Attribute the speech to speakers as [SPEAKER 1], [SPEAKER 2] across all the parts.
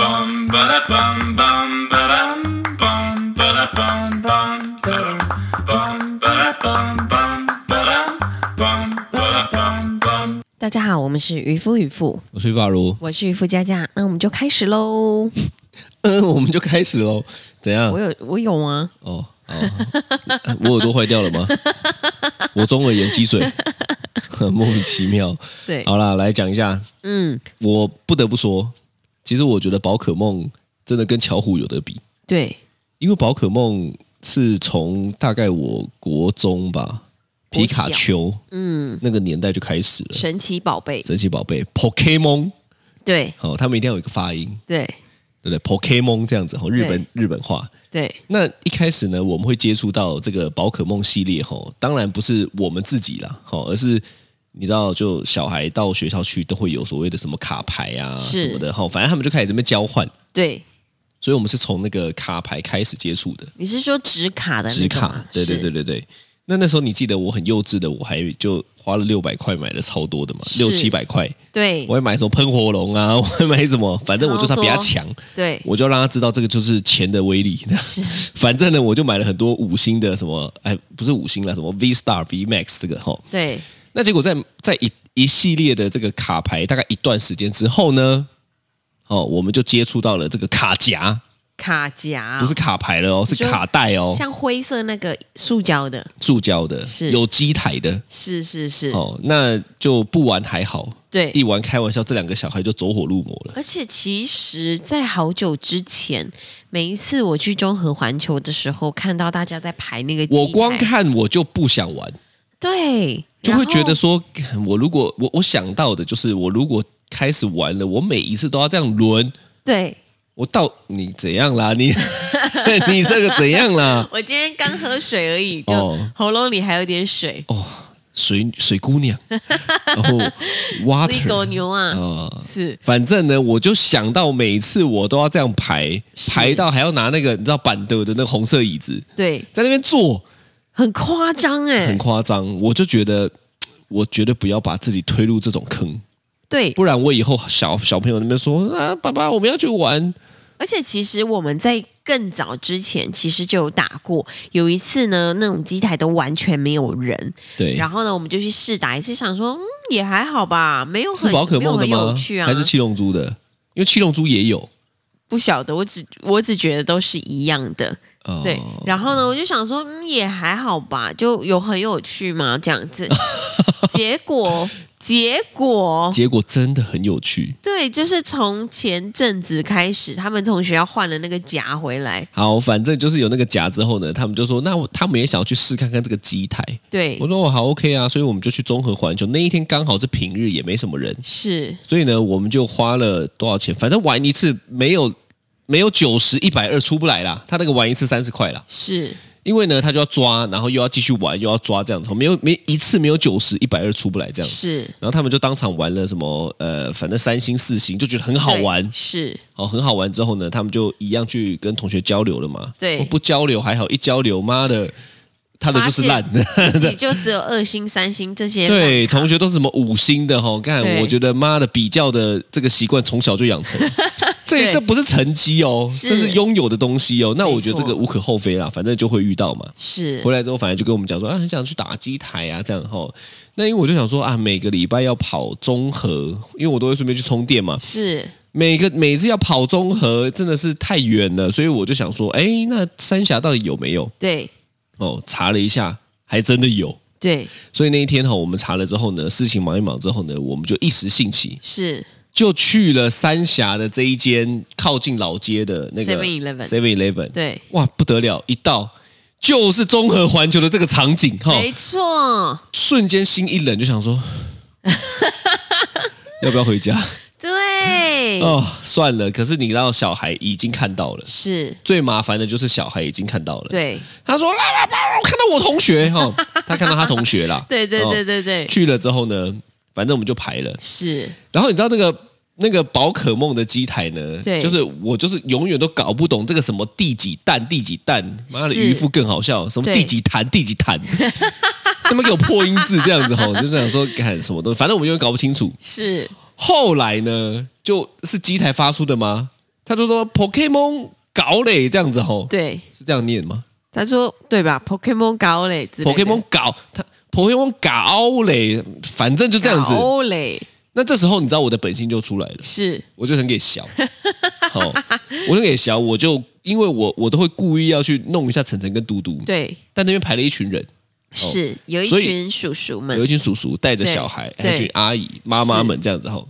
[SPEAKER 1] bum ba da bum bum ba dum bum ba da bum bum ba dum bum ba da bum bum ba dum bum ba da bum bum.
[SPEAKER 2] 大家好，我们是渔夫渔妇，
[SPEAKER 3] 我是法如，
[SPEAKER 2] 我是渔夫佳佳，那我们就开始喽。
[SPEAKER 3] 嗯， 我们就开始喽。怎样
[SPEAKER 2] 我？有我有啊，
[SPEAKER 3] 哦， 好，呃我耳朵坏掉了吗？我中耳炎积水， 莫名其妙。
[SPEAKER 2] 对，
[SPEAKER 3] 好啦，来讲一下，
[SPEAKER 2] 嗯，
[SPEAKER 3] 我不得不说，其实我觉得宝可梦真的跟巧虎有得比，
[SPEAKER 2] 对，
[SPEAKER 3] 因为宝可梦是从大概我国中吧，
[SPEAKER 2] 国
[SPEAKER 3] 皮
[SPEAKER 2] 小
[SPEAKER 3] 卡丘
[SPEAKER 2] 嗯，
[SPEAKER 3] 那个年代就开始了，
[SPEAKER 2] 神奇宝贝，
[SPEAKER 3] 神奇宝贝 Pokemon，
[SPEAKER 2] 对
[SPEAKER 3] 哦，他们一定要有一个发音，
[SPEAKER 2] 对
[SPEAKER 3] 对不对？Pokemon 这样子，哦，日本日本话。
[SPEAKER 2] 对，
[SPEAKER 3] 那一开始呢，我们会接触到这个宝可梦系列吼，当然不是我们自己啦，吼，而是你知道，就小孩到学校去都会有所谓的什么卡牌啊
[SPEAKER 2] 是
[SPEAKER 3] 什么的，吼，反正他们就开始这边交换，
[SPEAKER 2] 对，
[SPEAKER 3] 所以我们是从那个卡牌开始接触的，
[SPEAKER 2] 你是说纸卡的那种
[SPEAKER 3] 纸卡
[SPEAKER 2] 吗，
[SPEAKER 3] 对对对，对对。那那时候你记得我很幼稚的，我还就花了六百块买了超多的嘛，
[SPEAKER 2] 是
[SPEAKER 3] 六七百块，
[SPEAKER 2] 是对
[SPEAKER 3] 我还买什么喷火龙啊，我还买什么，反正我就是要比他
[SPEAKER 2] 超多
[SPEAKER 3] 强。
[SPEAKER 2] 对
[SPEAKER 3] 我就让他知道这个就是钱的威力。 反正呢，我就买了很多五星的什么，哎，不是五星啦，什么 V Star、V Max 这个哈。
[SPEAKER 2] 对
[SPEAKER 3] 那结果在在一一系列的这个卡牌，大概一段时间之后呢，哦，我们就接触到了这个卡夹，
[SPEAKER 2] 卡夹，
[SPEAKER 3] 不是卡牌了哦，是
[SPEAKER 2] 啊说
[SPEAKER 3] 卡带哦，
[SPEAKER 2] 像灰色那个塑胶的，
[SPEAKER 3] 塑胶的，
[SPEAKER 2] 是
[SPEAKER 3] 有机台的
[SPEAKER 2] 是是是，
[SPEAKER 3] 哦。那就不玩还好，
[SPEAKER 2] 对，
[SPEAKER 3] 一玩开玩笑，这两个小孩就走火入魔了。
[SPEAKER 2] 而且其实，在好久之前，每一次我去中和环球的时候，看到大家在排那个机台，
[SPEAKER 3] 我光看我就不想玩。
[SPEAKER 2] 对，
[SPEAKER 3] 就
[SPEAKER 2] 然
[SPEAKER 3] 会
[SPEAKER 2] 后
[SPEAKER 3] 觉得说，干我如果我我想到的就是，我如果开始玩了，我每一次都要这样轮，
[SPEAKER 2] 对。
[SPEAKER 3] 我到你怎样啦？你 你这个怎样啦？
[SPEAKER 2] 我今天刚喝水而已，就
[SPEAKER 3] 哦
[SPEAKER 2] 喉咙里还有点水。
[SPEAKER 3] 水水姑娘，然后
[SPEAKER 2] 是一狗
[SPEAKER 3] water
[SPEAKER 2] 牛啊，
[SPEAKER 3] 啊。
[SPEAKER 2] 是
[SPEAKER 3] 反正呢，我就想到每次我都要这样排，
[SPEAKER 2] 是
[SPEAKER 3] 排到还要拿那个你知道板凳的那个红色椅子
[SPEAKER 2] 对，
[SPEAKER 3] 在那边坐，
[SPEAKER 2] 很夸张哎、
[SPEAKER 3] 很夸张。我就觉得，我绝对不要把自己推入这种坑，
[SPEAKER 2] 对，
[SPEAKER 3] 不然我以后小小朋友那边说啊，爸爸我们要去玩，
[SPEAKER 2] 而且其实我们在更早之前其实就有打过，有一次呢，那种机台都完全没有人，
[SPEAKER 3] 对，
[SPEAKER 2] 然后呢，我们就去试打一次，想说嗯也还好吧，没有很
[SPEAKER 3] 是宝可梦的
[SPEAKER 2] 没有很
[SPEAKER 3] 吗
[SPEAKER 2] 有趣？啊，
[SPEAKER 3] 还是七龙珠的？因为七龙珠也有。
[SPEAKER 2] 不晓得，我只我只觉得都是一样的，
[SPEAKER 3] 哦
[SPEAKER 2] 对。然后呢，我就想说嗯也还好吧，就有很有趣嘛这样 子，结果结果
[SPEAKER 3] 结果真的很有趣。
[SPEAKER 2] 对，就是从前阵子开始，他们从学校换了那个夹回来。
[SPEAKER 3] 好，反正就是有那个夹之后呢，他们就说，那我他们也想要去试看看这个机台。
[SPEAKER 2] 对
[SPEAKER 3] 我，说我好 OK 啊，所以我们就去综合环球。那一天刚好是平日，也没什么人，
[SPEAKER 2] 是，
[SPEAKER 3] 所以呢，我们就花了多少钱？反正玩一次没有没有九十一百二出不来啦，他那个玩一次三十块啦。
[SPEAKER 2] 是，
[SPEAKER 3] 因为呢，他就要抓，然后又要继续玩，又要抓这样子，没有没一次没有九十一百二出不来这样子。
[SPEAKER 2] 是，
[SPEAKER 3] 然后他们就当场玩了什么呃，反正三星四星就觉得很好
[SPEAKER 2] 对
[SPEAKER 3] 玩，
[SPEAKER 2] 是，
[SPEAKER 3] 哦，很好玩之后呢，他们就一样去跟同学交流了嘛。
[SPEAKER 2] 对
[SPEAKER 3] 哦不交流还好，一交流，妈的，他的就是烂 的。
[SPEAKER 2] 也就只有二星、三星这些。
[SPEAKER 3] 对，同学都是什么五星的哈、哦，看
[SPEAKER 2] 对
[SPEAKER 3] 我觉得妈的比较的这个习惯从小就 养成，这
[SPEAKER 2] 对
[SPEAKER 3] 这不是成绩哦，
[SPEAKER 2] 是
[SPEAKER 3] 这是拥有的东西哦。那
[SPEAKER 2] 没
[SPEAKER 3] 我觉得这个
[SPEAKER 2] 错
[SPEAKER 3] 无可厚非啦，反正就会遇到嘛。
[SPEAKER 2] 是
[SPEAKER 3] 回，来之后，反正就跟我们讲说啊，很想去打机台啊，这样哈。那因为我就想说啊，每个礼拜要跑综合，因为我都会顺便去充电嘛。
[SPEAKER 2] 是，
[SPEAKER 3] 每个每次要跑综合真的是太远了，所以我就想说，哎，那三峡到底有没有？
[SPEAKER 2] 对，
[SPEAKER 3] 哦，查了一下，还真的有。
[SPEAKER 2] 对，
[SPEAKER 3] 所以那一天哈，我们查了之后呢，事情忙一忙之后呢，我们就一时兴起，
[SPEAKER 2] 是，
[SPEAKER 3] 就去了三峡的这一间靠近老街的那个
[SPEAKER 2] 7-Eleven
[SPEAKER 3] Seven Eleven。
[SPEAKER 2] 对，
[SPEAKER 3] 哇，不得了！一到就是综合环球的这个场景哈，
[SPEAKER 2] 没错，
[SPEAKER 3] 瞬间心一冷，就 想说，要不要回家？
[SPEAKER 2] 对，
[SPEAKER 3] 哦，算了。可是你让小孩已经看到了，
[SPEAKER 2] 是，
[SPEAKER 3] 最麻烦的就是小孩已经看到了。，
[SPEAKER 2] 对，
[SPEAKER 3] 他说：“爸爸，爸我看到我同学哈、哦，他看到他同学啦。
[SPEAKER 2] 对，对，
[SPEAKER 3] 哦
[SPEAKER 2] 对，对，对，
[SPEAKER 3] 去了之后呢，反正我们就排了。
[SPEAKER 2] 是，
[SPEAKER 3] 然后你知道那个那个宝可梦的机台呢？
[SPEAKER 2] 对
[SPEAKER 3] 就是我就是永远都搞不懂这个什么第几弹第几弹，妈的
[SPEAKER 2] 是
[SPEAKER 3] 渔夫更好笑，什么
[SPEAKER 2] 对
[SPEAKER 3] 第几弹第几 弹，他们给我破音字这样子吼，就想说干什么东西，反正我们永远搞不清楚。
[SPEAKER 2] 是，
[SPEAKER 3] 后来呢，就是机台发出的吗？他就说 Pokemon 搞嘞这样子吼，
[SPEAKER 2] 对，
[SPEAKER 3] 是这样念吗
[SPEAKER 2] 他说对吧？Pokemon 高嘞之类的
[SPEAKER 3] ？Pokemon 搞他 Pokemon 搞嘞，反正就这样子。
[SPEAKER 2] 高嘞
[SPEAKER 3] 那这时候你知道我的本性就出来了，
[SPEAKER 2] 是
[SPEAKER 3] 我就很给小， 好，我就给小，我就因为我我都会故意要去弄一下晨晨跟嘟嘟，
[SPEAKER 2] 对，
[SPEAKER 3] 但那边排了一群人，
[SPEAKER 2] 是有一
[SPEAKER 3] 哦所以
[SPEAKER 2] 群叔叔
[SPEAKER 3] 有一
[SPEAKER 2] 们，
[SPEAKER 3] 群叔叔带着
[SPEAKER 2] 对
[SPEAKER 3] 小孩，
[SPEAKER 2] 嗯对
[SPEAKER 3] 还有一群阿姨、妈妈们这样子吼，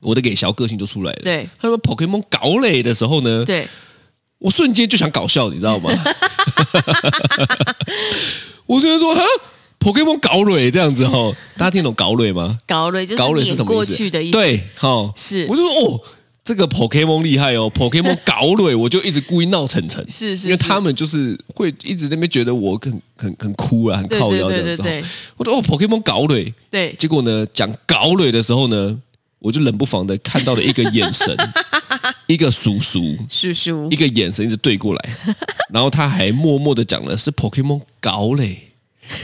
[SPEAKER 3] 我的给小个性就出来了。
[SPEAKER 2] 对
[SPEAKER 3] 他们 Pokemon 搞嘞的时候呢，
[SPEAKER 2] 对，
[SPEAKER 3] 我瞬间就想搞笑，你知 道吗？ 我就说哈，Pokemon 搞蕊这样子吼，大家听懂搞蕊吗？
[SPEAKER 2] 高嘞就
[SPEAKER 3] 搞蕊
[SPEAKER 2] 是
[SPEAKER 3] 是
[SPEAKER 2] 撵
[SPEAKER 3] 什么
[SPEAKER 2] 过
[SPEAKER 3] 意思？
[SPEAKER 2] 去的意思，
[SPEAKER 3] 对，好，
[SPEAKER 2] 是
[SPEAKER 3] 我就说哦。这个 Pokemon 厉害哦，Pokemon 搞蕊，我就一直故意闹晨晨，
[SPEAKER 2] 是是
[SPEAKER 3] 因
[SPEAKER 2] 是
[SPEAKER 3] 为他们就是会一直在那边觉得我很很很酷啊，很
[SPEAKER 2] 对
[SPEAKER 3] 靠
[SPEAKER 2] 对
[SPEAKER 3] 腰这
[SPEAKER 2] 对
[SPEAKER 3] 样
[SPEAKER 2] 对
[SPEAKER 3] 子吼。
[SPEAKER 2] 对
[SPEAKER 3] 我说哦，Pokemon 搞蕊，
[SPEAKER 2] 对，
[SPEAKER 3] 结果呢，讲搞蕊的时候呢，我就冷不防的看到了一个 眼神，一个叔叔，
[SPEAKER 2] 叔叔
[SPEAKER 3] 一个眼神一直对过来，然后他还默默的讲了是 Pokemon 搞嘞，
[SPEAKER 2] 啊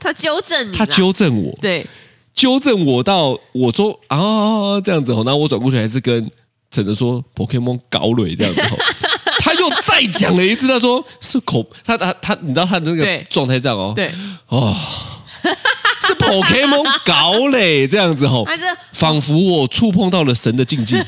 [SPEAKER 2] 他纠正你
[SPEAKER 3] 他
[SPEAKER 2] 啦，
[SPEAKER 3] 纠正我，
[SPEAKER 2] 对
[SPEAKER 3] 纠正我到我说啊这样子哦，然后我转过去还是跟晨晨说 Pokemon 搞嘞这样子哦。 他又再讲了一次，他说是口，他他他，你知道他的那个
[SPEAKER 2] 对
[SPEAKER 3] 状态这样哦，
[SPEAKER 2] 对，
[SPEAKER 3] 哦， 是 Pokemon 搞嘞这样子 吼、
[SPEAKER 2] 他这
[SPEAKER 3] 仿佛我触碰到了神的 境界，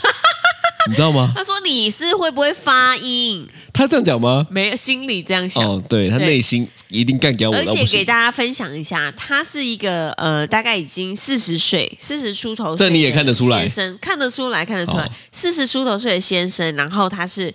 [SPEAKER 3] 你知道吗？
[SPEAKER 2] 他说你是会不会发音？
[SPEAKER 3] 他这样讲吗？
[SPEAKER 2] 没有心里这样想。
[SPEAKER 3] 哦，对他
[SPEAKER 2] 对
[SPEAKER 3] 内心一定干掉我
[SPEAKER 2] 而
[SPEAKER 3] 到
[SPEAKER 2] 且
[SPEAKER 3] 不
[SPEAKER 2] 给
[SPEAKER 3] 行。
[SPEAKER 2] 大家分享一下，他是一个呃，大概已经四十岁、四十出头岁的
[SPEAKER 3] 这你也看得出来
[SPEAKER 2] 先生看得出来，看得出来
[SPEAKER 3] 哦，
[SPEAKER 2] 四十出头岁的先生，然后他是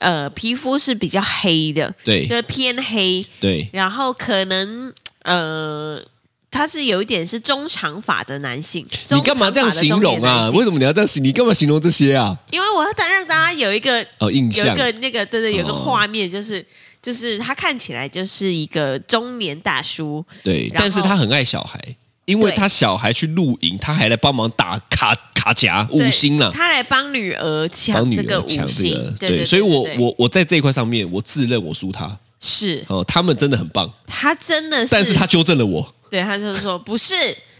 [SPEAKER 2] 呃，皮肤是比较黑的，
[SPEAKER 3] 对
[SPEAKER 2] 就是偏黑，
[SPEAKER 3] 对
[SPEAKER 2] 然后可能呃，他是有一点是中长发的男性，
[SPEAKER 3] 你干嘛这样形容
[SPEAKER 2] 中长发的中年
[SPEAKER 3] 啊？
[SPEAKER 2] 男性
[SPEAKER 3] 为什么你要这样形？你干嘛形容这些啊？
[SPEAKER 2] 因为我要让大家有一个
[SPEAKER 3] 哦， 印
[SPEAKER 2] 有一
[SPEAKER 3] 象
[SPEAKER 2] 个那个对对，有一个
[SPEAKER 3] 哦
[SPEAKER 2] 画面就是。就是他看起来就是一个中年大叔，
[SPEAKER 3] 对，
[SPEAKER 2] 然后
[SPEAKER 3] 但是他很爱小孩，因为
[SPEAKER 2] 对
[SPEAKER 3] 他小孩去露营，他还来帮忙打卡卡夹五
[SPEAKER 2] 对
[SPEAKER 3] 星啦，
[SPEAKER 2] 他来帮女儿
[SPEAKER 3] 帮
[SPEAKER 2] 抢
[SPEAKER 3] 女
[SPEAKER 2] 这个
[SPEAKER 3] 儿
[SPEAKER 2] 五
[SPEAKER 3] 抢这
[SPEAKER 2] 星
[SPEAKER 3] 个，，
[SPEAKER 2] 对对，
[SPEAKER 3] 所以我
[SPEAKER 2] 对对
[SPEAKER 3] 我我在这一块上面，我自认我输他
[SPEAKER 2] 是
[SPEAKER 3] 哦，他们真的很棒，
[SPEAKER 2] 他真的是，
[SPEAKER 3] 但是他纠正了我，
[SPEAKER 2] 对他就是说不是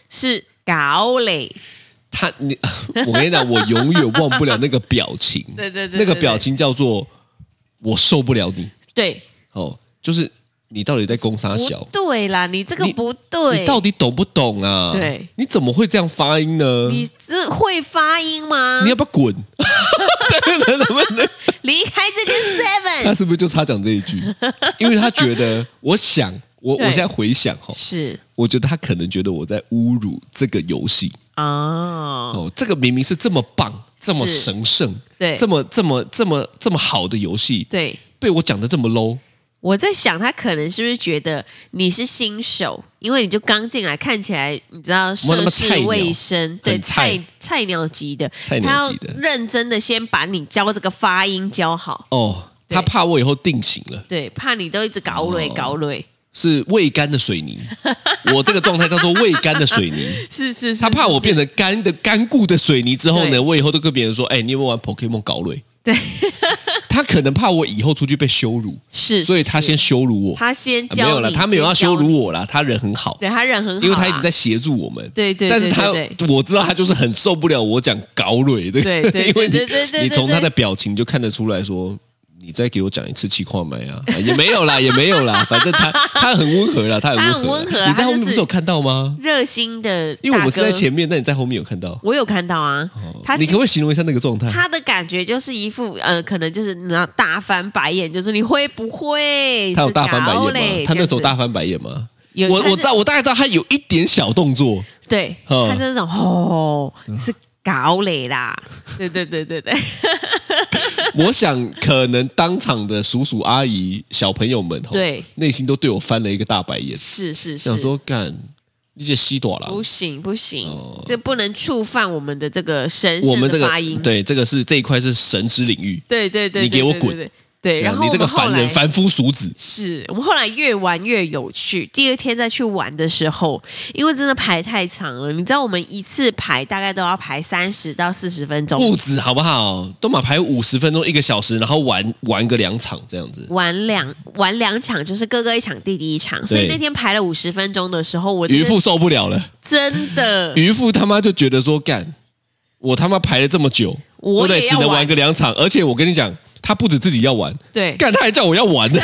[SPEAKER 2] 是搞嘞，
[SPEAKER 3] 他你， 我跟你讲，我永远忘不了那个表情，
[SPEAKER 2] 对对对，
[SPEAKER 3] 那个
[SPEAKER 2] 对
[SPEAKER 3] 表，情叫做我受不了你
[SPEAKER 2] 对，
[SPEAKER 3] 哦，就是你到底在攻杀
[SPEAKER 2] 不
[SPEAKER 3] 啊小，
[SPEAKER 2] 对啦，你这个
[SPEAKER 3] 你
[SPEAKER 2] 不对，
[SPEAKER 3] 你到底懂不懂啊？
[SPEAKER 2] 对，
[SPEAKER 3] 你怎么会这样发音呢？
[SPEAKER 2] 你是会发音吗
[SPEAKER 3] 你？要不要滚？ 对能不能？
[SPEAKER 2] 离开这 个
[SPEAKER 3] 他
[SPEAKER 2] seven
[SPEAKER 3] 是不是就差讲这一 句？因为他觉得，我想，我我
[SPEAKER 2] 对
[SPEAKER 3] 现在回想哦，
[SPEAKER 2] 是
[SPEAKER 3] 我觉得他可能觉得我在侮辱这个游戏
[SPEAKER 2] 哦，
[SPEAKER 3] 哦，这个明明是这么棒、这么
[SPEAKER 2] 是
[SPEAKER 3] 神圣、
[SPEAKER 2] 对
[SPEAKER 3] 这么这么这么这么好的游戏，
[SPEAKER 2] 对，
[SPEAKER 3] 被我讲的这么 low，
[SPEAKER 2] 我在想，他可能是不是觉得你是新手，因为你就刚进来，看起来你知道
[SPEAKER 3] 没那
[SPEAKER 2] 涉
[SPEAKER 3] 么菜
[SPEAKER 2] 世
[SPEAKER 3] 鸟
[SPEAKER 2] 未深，对
[SPEAKER 3] 很菜
[SPEAKER 2] 菜菜鸟级的，
[SPEAKER 3] 菜鸟级的
[SPEAKER 2] 他要认真的先把你教这个发音教好，
[SPEAKER 3] 哦，
[SPEAKER 2] 对
[SPEAKER 3] 他怕我以后定型了，
[SPEAKER 2] 对，怕你都一直搞累、
[SPEAKER 3] 哦
[SPEAKER 2] 搞累，
[SPEAKER 3] 是未干的水泥。我这个状态叫做未干的水泥。
[SPEAKER 2] 是是是，
[SPEAKER 3] 他怕我变
[SPEAKER 2] 得
[SPEAKER 3] 成干的干固的水泥之后
[SPEAKER 2] 对
[SPEAKER 3] 呢，我以后都跟别人说：“哎、你有没有玩 Pokemon 搞累
[SPEAKER 2] 对，？”
[SPEAKER 3] 他可能怕我以后出去被羞辱，
[SPEAKER 2] 是，
[SPEAKER 3] 所以他
[SPEAKER 2] 是
[SPEAKER 3] 先羞辱我。
[SPEAKER 2] 他先
[SPEAKER 3] 啊没
[SPEAKER 2] 教
[SPEAKER 3] 有啦，
[SPEAKER 2] 你
[SPEAKER 3] 他没有要
[SPEAKER 2] 先教
[SPEAKER 3] 羞辱
[SPEAKER 2] 你，
[SPEAKER 3] 我啦，他人很好，
[SPEAKER 2] 对他人很好啦，啊
[SPEAKER 3] 因为他一直在协助我们。
[SPEAKER 2] 对对对
[SPEAKER 3] 但是他
[SPEAKER 2] 对对
[SPEAKER 3] 我知道他就是很受不了我讲搞蕊这
[SPEAKER 2] 对
[SPEAKER 3] 个，
[SPEAKER 2] 对
[SPEAKER 3] 因为
[SPEAKER 2] 对对对
[SPEAKER 3] 你
[SPEAKER 2] 对
[SPEAKER 3] 你从
[SPEAKER 2] 对
[SPEAKER 3] 他的表情就看得出来说。你再给我讲一次气话没啊？啊也没 有啦，也没有啦，反正他他很温和啦，他
[SPEAKER 2] 他
[SPEAKER 3] 很
[SPEAKER 2] 很
[SPEAKER 3] 温
[SPEAKER 2] 温
[SPEAKER 3] 和
[SPEAKER 2] 和
[SPEAKER 3] 啦。
[SPEAKER 2] 啊
[SPEAKER 3] 你在
[SPEAKER 2] 他
[SPEAKER 3] 后面
[SPEAKER 2] 就
[SPEAKER 3] 不是
[SPEAKER 2] 是
[SPEAKER 3] 有看到吗？
[SPEAKER 2] 热心的，
[SPEAKER 3] 因为我们是在，前面，那你在后面有看到？
[SPEAKER 2] 我有看到啊，他
[SPEAKER 3] 你可不可以形容一下那个状态？
[SPEAKER 2] 他的感觉就是一副呃，可能就是你知道大翻白眼，就是你会不会？
[SPEAKER 3] 他有大翻白
[SPEAKER 2] 是搞
[SPEAKER 3] 眼吗
[SPEAKER 2] 嘞？
[SPEAKER 3] 他那时候
[SPEAKER 2] 这样
[SPEAKER 3] 大翻白眼吗？
[SPEAKER 2] 子有
[SPEAKER 3] 我
[SPEAKER 2] 他是
[SPEAKER 3] 我知道，我大概知道他有一点小动作，
[SPEAKER 2] 对，
[SPEAKER 3] 嗯
[SPEAKER 2] 他是那种哦，是搞嘞啦，对对对对对，
[SPEAKER 3] 哦我想，可能当场的叔叔阿姨、小朋友们，吼
[SPEAKER 2] 对，
[SPEAKER 3] 内心都对我翻了一个大白眼，
[SPEAKER 2] 是是是
[SPEAKER 3] 想，说干你这西朵啦，
[SPEAKER 2] 不行不行
[SPEAKER 3] 哦，
[SPEAKER 2] 这不能触犯我们的这个神
[SPEAKER 3] 我
[SPEAKER 2] 圣
[SPEAKER 3] 们这
[SPEAKER 2] 的
[SPEAKER 3] 个
[SPEAKER 2] 发音，
[SPEAKER 3] 对这个是这一块是神之领域，
[SPEAKER 2] 对对对，
[SPEAKER 3] 你
[SPEAKER 2] 对
[SPEAKER 3] 给我
[SPEAKER 2] 对
[SPEAKER 3] 滚
[SPEAKER 2] 对对对，然后
[SPEAKER 3] 你
[SPEAKER 2] 我
[SPEAKER 3] 这个
[SPEAKER 2] 们后
[SPEAKER 3] 凡
[SPEAKER 2] 来
[SPEAKER 3] 人、凡夫俗子，
[SPEAKER 2] 是我们后来越玩越有趣。第二天再去玩的时候，因为真的排太长了，你知道我们一次排大概都要排三十到四十分钟，
[SPEAKER 3] 不止好不好？都马排五十分钟、一个小时，然后玩玩个两场这样子，
[SPEAKER 2] 玩两玩两场，就是哥哥一场，弟弟一场。所以那天排了五十分钟的时候，我真嗯
[SPEAKER 3] 渔
[SPEAKER 2] 的
[SPEAKER 3] 夫受不了了，
[SPEAKER 2] 真的，
[SPEAKER 3] 渔夫他妈就觉得说干，我他妈排了这么久，
[SPEAKER 2] 我
[SPEAKER 3] 对不
[SPEAKER 2] 也
[SPEAKER 3] 对
[SPEAKER 2] 要
[SPEAKER 3] 只能玩个两场，而且我跟你讲，他不止自己要玩，
[SPEAKER 2] 对，
[SPEAKER 3] 干他还叫我要玩呢。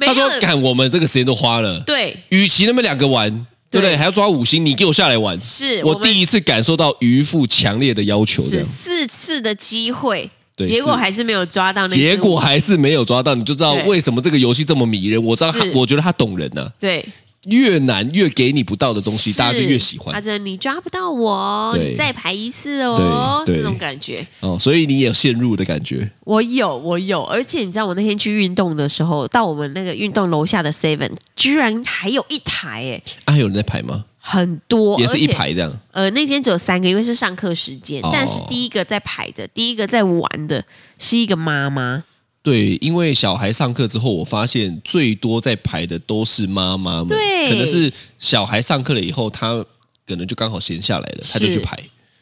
[SPEAKER 2] 没
[SPEAKER 3] 他说
[SPEAKER 2] 有：“
[SPEAKER 3] 干，我们这个时间都花了，
[SPEAKER 2] 对，
[SPEAKER 3] 与其那么两个玩，对不
[SPEAKER 2] 对
[SPEAKER 3] 对？还要抓五星，你给我下来玩。”
[SPEAKER 2] 是
[SPEAKER 3] 我
[SPEAKER 2] 我们
[SPEAKER 3] 第一次感受到渔夫强烈的要求，这
[SPEAKER 2] 是
[SPEAKER 3] 样
[SPEAKER 2] 四次的机会，
[SPEAKER 3] 对
[SPEAKER 2] 结果
[SPEAKER 3] 是
[SPEAKER 2] 还是没有抓到那只
[SPEAKER 3] 结果还是没有抓到，你就知道
[SPEAKER 2] 对
[SPEAKER 3] 为什么这个游戏这么迷人。我知道他
[SPEAKER 2] 是，
[SPEAKER 3] 我觉得他懂人呐、
[SPEAKER 2] 对
[SPEAKER 3] 越难越给你不到的东西，大家就越喜
[SPEAKER 2] 阿
[SPEAKER 3] 欢
[SPEAKER 2] 珍，你抓不到我，
[SPEAKER 3] 对
[SPEAKER 2] 你再排一次哦，
[SPEAKER 3] 对对
[SPEAKER 2] 这种感觉。
[SPEAKER 3] 哦，所以你也有陷入的感觉。
[SPEAKER 2] 我有，我有，而且你知道，我那天去运动的时候，到我们那个运动楼下的 Seven，居然还有一台哎，
[SPEAKER 3] 啊，还有人在排吗？
[SPEAKER 2] 很多，
[SPEAKER 3] 也是一
[SPEAKER 2] 而且
[SPEAKER 3] 排这样。
[SPEAKER 2] 呃，那天只有三个，因为是上课时间。
[SPEAKER 3] 哦
[SPEAKER 2] 但是第一个在排的，第一个在玩的是一个妈妈，
[SPEAKER 3] 对，因为小孩上课之后，我发现最多在排的都是妈妈们，
[SPEAKER 2] 对
[SPEAKER 3] 可能是小孩上课了以后，他可能就刚好闲下来了，他就去排。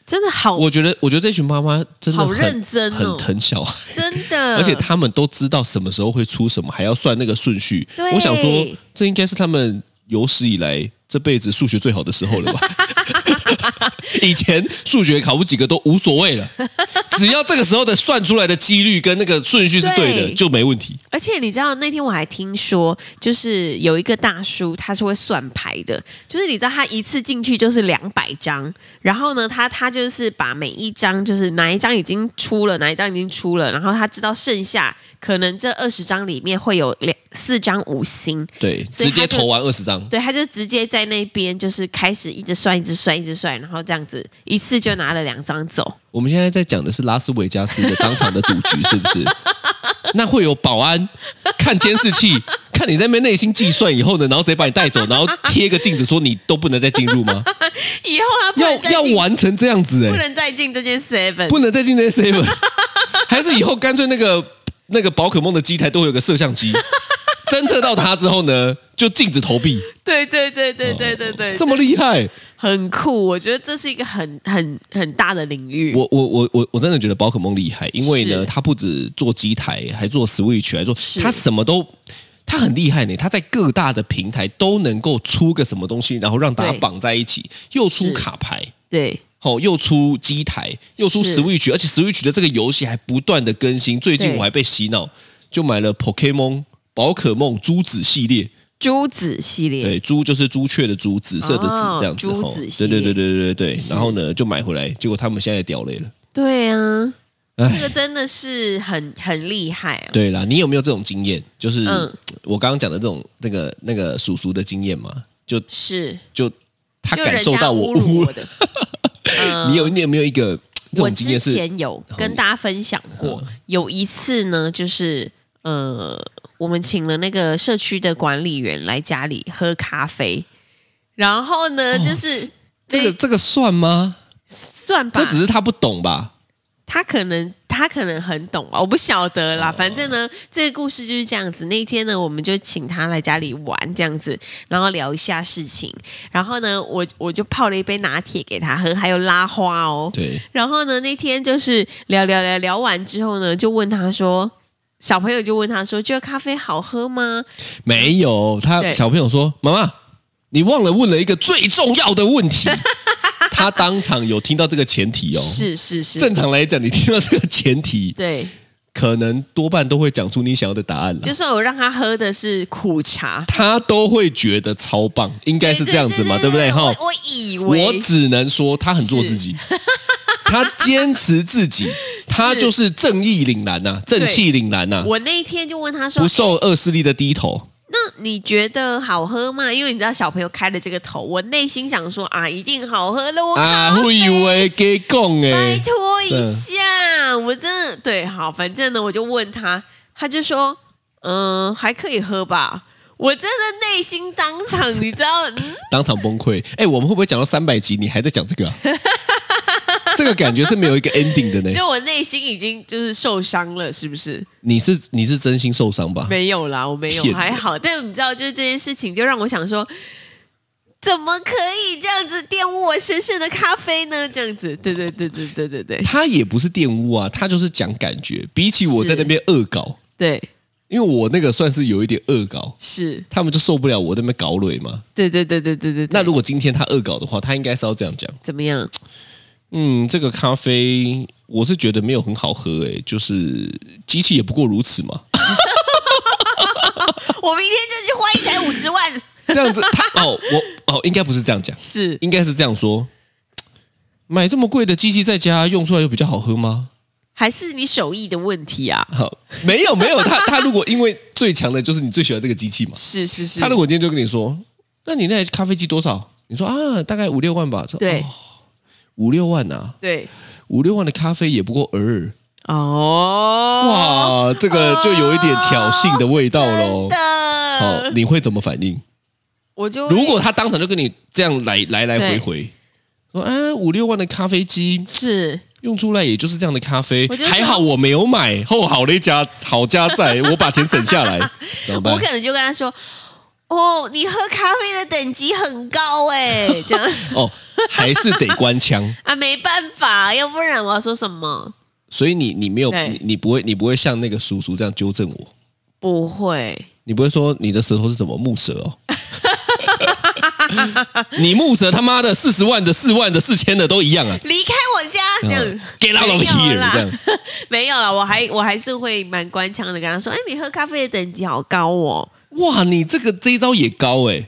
[SPEAKER 2] 真的好，
[SPEAKER 3] 我觉得，我觉得这群妈妈真的
[SPEAKER 2] 好
[SPEAKER 3] 很
[SPEAKER 2] 认真哦嗯
[SPEAKER 3] 很疼小孩。
[SPEAKER 2] 真的，
[SPEAKER 3] 而且他们都知道什么时候会出什么，还要算那个顺序
[SPEAKER 2] 对。
[SPEAKER 3] 我想说，这应该是他们有史以来这辈子数学最好的时候 了吧？以前数学考不及格都无所谓了，只要这个时候的算出来的几率跟那个顺序是对的，
[SPEAKER 2] 对
[SPEAKER 3] 就没问题。
[SPEAKER 2] 而且你知道那天我还听说，就是有一个大叔他是会算牌的，就是你知道他一次进去就是两百张，然后呢，他他就是把每一张就是哪一张已经出了，哪一张已经出了，然后他知道剩下可能这二十张里面会有两四张五星，
[SPEAKER 3] 对，
[SPEAKER 2] 所以他
[SPEAKER 3] 直
[SPEAKER 2] 就
[SPEAKER 3] 接投完二十张。
[SPEAKER 2] 对，他就直接在那边就是开始一直算，一直算，一直算，然后这样子一次就拿了两张走，
[SPEAKER 3] 我们现在在讲的是拉斯维加斯的当场的赌局，是不是？ 那会有保安看监视器，看你在那边内心计算以后呢，然后直接把你带走，然后贴个镜子说你都不能再进入吗？
[SPEAKER 2] 以后他不
[SPEAKER 3] 要
[SPEAKER 2] 能再
[SPEAKER 3] 要
[SPEAKER 2] 进，
[SPEAKER 3] 完成这样子哎、
[SPEAKER 2] 不能再进这件 seven，
[SPEAKER 3] 不能再进这些 seven，还是以后干脆那个那个宝可梦的机台都会有个摄像机，侦测到它之后呢，就禁止投币。
[SPEAKER 2] 对对对对对对对，
[SPEAKER 3] 这么厉害！
[SPEAKER 2] 很酷，我觉得这是一个很很很大的领域。
[SPEAKER 3] 我我我我我真的觉得宝可梦厉害，因为呢，
[SPEAKER 2] 是
[SPEAKER 3] 它不止做机台，还做 Switch，还做
[SPEAKER 2] 是
[SPEAKER 3] 它什么都。它很厉害呢，它在各大的平台都能够出个什么东西，然后让大家
[SPEAKER 2] 对
[SPEAKER 3] 绑在一起，又出
[SPEAKER 2] 是
[SPEAKER 3] 卡牌，
[SPEAKER 2] 对
[SPEAKER 3] 哦，又出机台，又出
[SPEAKER 2] 是
[SPEAKER 3] Switch，而且 Switch 的这个游戏还不断的更新。最近
[SPEAKER 2] 对
[SPEAKER 3] 我还被洗脑，就买了 Pokemon 宝可梦朱子系列，
[SPEAKER 2] 朱子系列，
[SPEAKER 3] 对，朱就是朱雀的朱，紫色的紫
[SPEAKER 2] 哦
[SPEAKER 3] 这样子。
[SPEAKER 2] 朱
[SPEAKER 3] 哦
[SPEAKER 2] 子系
[SPEAKER 3] 对
[SPEAKER 2] 列
[SPEAKER 3] 对对对对对对。
[SPEAKER 2] 是
[SPEAKER 3] 然后呢，就买回来，结果他们现在也掉泪了。
[SPEAKER 2] 对啊，这
[SPEAKER 3] 哎，
[SPEAKER 2] 个真的是很很厉害啊！
[SPEAKER 3] 对啦，你有没有这种经验？就是
[SPEAKER 2] 嗯，
[SPEAKER 3] 我刚刚讲的这种那个那个叔叔的经验嘛？就是就他
[SPEAKER 2] 就
[SPEAKER 3] 感
[SPEAKER 2] 人
[SPEAKER 3] 受
[SPEAKER 2] 家
[SPEAKER 3] 到
[SPEAKER 2] 侮
[SPEAKER 3] 我
[SPEAKER 2] 辱
[SPEAKER 3] 污
[SPEAKER 2] 我，的，嗯
[SPEAKER 3] 你有你有没有一个这
[SPEAKER 2] 我
[SPEAKER 3] 种经
[SPEAKER 2] 之
[SPEAKER 3] 验是？哦嗯
[SPEAKER 2] 前有跟大家分享过，有一次呢，就是呃，我们请了那个社区的管理员来家里喝咖啡，然后呢，
[SPEAKER 3] 哦
[SPEAKER 2] 就是
[SPEAKER 3] 这个
[SPEAKER 2] 那
[SPEAKER 3] 这个算吗？
[SPEAKER 2] 算吧，
[SPEAKER 3] 这只是他不懂吧？
[SPEAKER 2] 他可能他可能很懂吧，我不晓得
[SPEAKER 3] 哦
[SPEAKER 2] 啦。反正呢，这个故事就是这样子。那一天呢，我们就请他来家里玩这样子，然后聊一下事情。然后呢，我我就泡了一杯拿铁给他喝，还有拉花哦。
[SPEAKER 3] 对，
[SPEAKER 2] 然后呢，那天就是聊聊聊聊完之后呢，就问他说，小朋友就问他说，这个咖啡好喝吗？
[SPEAKER 3] 没有，他
[SPEAKER 2] 对
[SPEAKER 3] 小朋友说：“妈妈，你忘了问了一个最重要的 问题。”他当场有听到这个前提哦。
[SPEAKER 2] 是是是，
[SPEAKER 3] 正常来讲，你听到这个前提，
[SPEAKER 2] 对，
[SPEAKER 3] 可能多半都会讲出你想要的答案了。
[SPEAKER 2] 就是我让他喝的是苦 茶，
[SPEAKER 3] 他都会觉得超棒，应该是这样子嘛，对不对？哈，
[SPEAKER 2] 我我以为
[SPEAKER 3] 我只能说他很做自己， 他坚持 自己，他就是正义凛然呐、正气凛然呐、
[SPEAKER 2] 我那一天就问他说，
[SPEAKER 3] 不受恶势力的低头。
[SPEAKER 2] 那你觉得好喝吗？因为你知道小朋友开了这个头，我内心想说啊，一定哦好喝了，我
[SPEAKER 3] 啊，会以为给讲
[SPEAKER 2] 拜
[SPEAKER 3] 哎，
[SPEAKER 2] 托一下，我真的对好，反正呢，我就问他，他就说，嗯、还可以喝吧。我真的内心当场，你知道，嗯
[SPEAKER 3] 当场崩溃。哎、我们会不会讲到三百集，你还在讲 这个、啊？这个感觉是没有一个 ending 的呢。
[SPEAKER 2] 就我内心已经就是受伤了，是不是？
[SPEAKER 3] 你是你是真心受伤吧？
[SPEAKER 2] 没有啦，我没有
[SPEAKER 3] 骗，人
[SPEAKER 2] 还好。但你知道，就是这件事情，就让我想说，怎么可以这样子玷污我神圣的咖啡呢？这样子，对对对对对对对
[SPEAKER 3] 他也不是玷污啊，他就是讲感觉。比起我在那边恶搞，
[SPEAKER 2] 对，
[SPEAKER 3] 因为我那个算是有一点恶搞，
[SPEAKER 2] 是，
[SPEAKER 3] 他们就受不了我在那边搞蕊嘛。
[SPEAKER 2] 对对对对对对。对
[SPEAKER 3] 那如果今天他恶搞的话，他应该是要这样讲：
[SPEAKER 2] 怎么样？
[SPEAKER 3] 嗯，这个咖啡我是觉得没有很好喝、诶，就是机器也不过如此嘛。
[SPEAKER 2] 我明天就去换一台五十万。
[SPEAKER 3] 这样子，他哦，我哦，应该不是这样讲，
[SPEAKER 2] 是
[SPEAKER 3] 应该是这样说。买这么贵的机器在家用出来又比较好喝吗？
[SPEAKER 2] 还是你手艺的问题啊？
[SPEAKER 3] 好，没有没 有，他他如果因为最强的就是你最喜欢这个机器嘛，
[SPEAKER 2] 是是是，
[SPEAKER 3] 他如果今天就跟你说，那你那台咖啡机多少？你说啊，大概五六万吧。说
[SPEAKER 2] 对
[SPEAKER 3] 哦五六万呐、
[SPEAKER 2] 对
[SPEAKER 3] 五六万的咖啡也不过尔尔。
[SPEAKER 2] 哦，
[SPEAKER 3] 哇，这个就有一点挑衅的味道喽
[SPEAKER 2] 真。的，
[SPEAKER 3] 好，你会怎么反应？
[SPEAKER 2] 我就会
[SPEAKER 3] 如果他当场就跟你这样来来来回
[SPEAKER 2] 对
[SPEAKER 3] 回，说啊，五六万的咖啡机
[SPEAKER 2] 是
[SPEAKER 3] 用出来也就是这样的咖啡
[SPEAKER 2] 我，就说
[SPEAKER 3] 还好我没有买，后好的一家好家在，我把钱省下 来，怎么
[SPEAKER 2] 我
[SPEAKER 3] 办？
[SPEAKER 2] 可能就跟他说。哦，你喝咖啡的等级很高哎、这 样
[SPEAKER 3] 哦，还是得关枪。
[SPEAKER 2] 啊，没办法，要不然我要说什么？
[SPEAKER 3] 所以你你没有
[SPEAKER 2] 对
[SPEAKER 3] 你你不会你不会像那个叔叔这样纠正我，
[SPEAKER 2] 不会，
[SPEAKER 3] 你不会说你的舌头是什么木蛇哦。 你木蛇他妈的四十万的、四万的、四千的都一样啊！
[SPEAKER 2] 离开我家这样、
[SPEAKER 3] 嗯 Get out of
[SPEAKER 2] 没有
[SPEAKER 3] here！
[SPEAKER 2] 啦
[SPEAKER 3] 这样，
[SPEAKER 2] 没有了，我还我还是会蛮官腔的跟他说，哎，你喝咖啡的等级好高 哦，
[SPEAKER 3] 哇，你这个这一招也高 哎、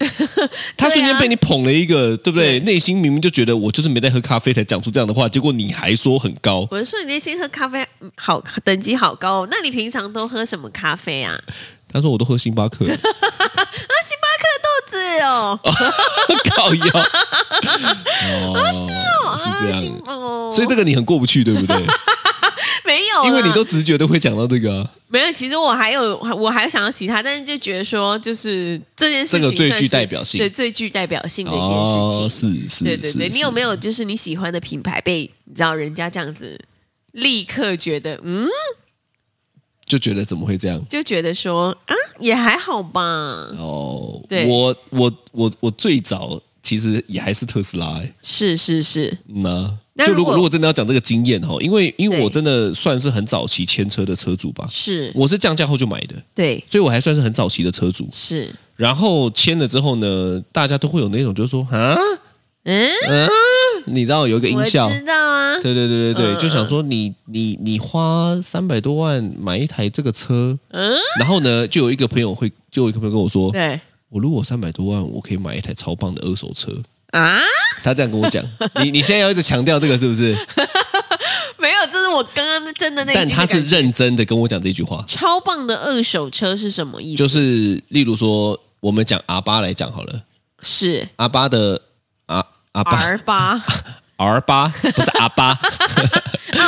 [SPEAKER 3] 他
[SPEAKER 2] 对啊
[SPEAKER 3] 瞬间被你捧了一个，对不对？
[SPEAKER 2] 啊
[SPEAKER 3] 内心明明就觉得我就是没在喝咖啡才讲出这样的话，结果你还说很高，
[SPEAKER 2] 我就说你那些喝咖啡嗯好等级好高哦，那你平常都喝什么咖啡 啊？啊，
[SPEAKER 3] 他说我都喝星巴克，
[SPEAKER 2] 星巴克豆子哦，
[SPEAKER 3] 靠腰。 哦，是
[SPEAKER 2] 啊
[SPEAKER 3] 这
[SPEAKER 2] 星
[SPEAKER 3] 样。
[SPEAKER 2] 哦，
[SPEAKER 3] 所以这个你很过不去，对 不对？
[SPEAKER 2] 没有啦，
[SPEAKER 3] 因为你都只是觉得会讲到这个啊、
[SPEAKER 2] 没有。其实我还有我还想到其他，但是就觉得说，就是这件事情
[SPEAKER 3] 这个最
[SPEAKER 2] 算是
[SPEAKER 3] 具代表性
[SPEAKER 2] 对最具代表性的一件事情。
[SPEAKER 3] 哦，是是，
[SPEAKER 2] 对对
[SPEAKER 3] 是
[SPEAKER 2] 对，你
[SPEAKER 3] 是
[SPEAKER 2] 有没有就是你喜欢的品牌被你知道人家这样子，立刻觉得嗯，
[SPEAKER 3] 就觉得怎么会这样？
[SPEAKER 2] 就觉得说啊也还好吧，
[SPEAKER 3] 哦，
[SPEAKER 2] 对
[SPEAKER 3] 我我我我最早其实也还是特斯拉、欸，
[SPEAKER 2] 是是是，
[SPEAKER 3] 嗯呐、
[SPEAKER 2] 那
[SPEAKER 3] 就
[SPEAKER 2] 如
[SPEAKER 3] 如
[SPEAKER 2] 果
[SPEAKER 3] 果如果真的要讲这个经验哈，因为因为
[SPEAKER 2] 对
[SPEAKER 3] 我真的算是很早期牵车的车主吧，
[SPEAKER 2] 是，
[SPEAKER 3] 我是降价后就买的，
[SPEAKER 2] 对
[SPEAKER 3] 所以我还算是很早期的车主。
[SPEAKER 2] 是，
[SPEAKER 3] 然后签了之后呢，大家都会有那种就是说啊，
[SPEAKER 2] 嗯，
[SPEAKER 3] 你知道有一个音
[SPEAKER 2] 我
[SPEAKER 3] 效，
[SPEAKER 2] 知道啊，
[SPEAKER 3] 呃对对对对对，
[SPEAKER 2] 嗯
[SPEAKER 3] 就想说你你你花三百多万买一台这个车，
[SPEAKER 2] 嗯，
[SPEAKER 3] 然后呢，就有一个朋友会，就有一个朋友跟我说，
[SPEAKER 2] 对
[SPEAKER 3] 我如果三百多万，我可以买一台超棒的二手车。
[SPEAKER 2] 啊，
[SPEAKER 3] 他这样跟我讲， 你你现在要一直强调这个是不是？
[SPEAKER 2] 没有，这是我刚刚真的内心
[SPEAKER 3] 但
[SPEAKER 2] 的
[SPEAKER 3] 他是
[SPEAKER 2] 感觉
[SPEAKER 3] 认真的跟我讲这句话，
[SPEAKER 2] 超棒的二手车是什么意思？
[SPEAKER 3] 就是例如说，我们讲阿巴来讲好了，
[SPEAKER 2] 是
[SPEAKER 3] 阿巴的阿阿巴
[SPEAKER 2] R 八
[SPEAKER 3] R 八不是 阿巴，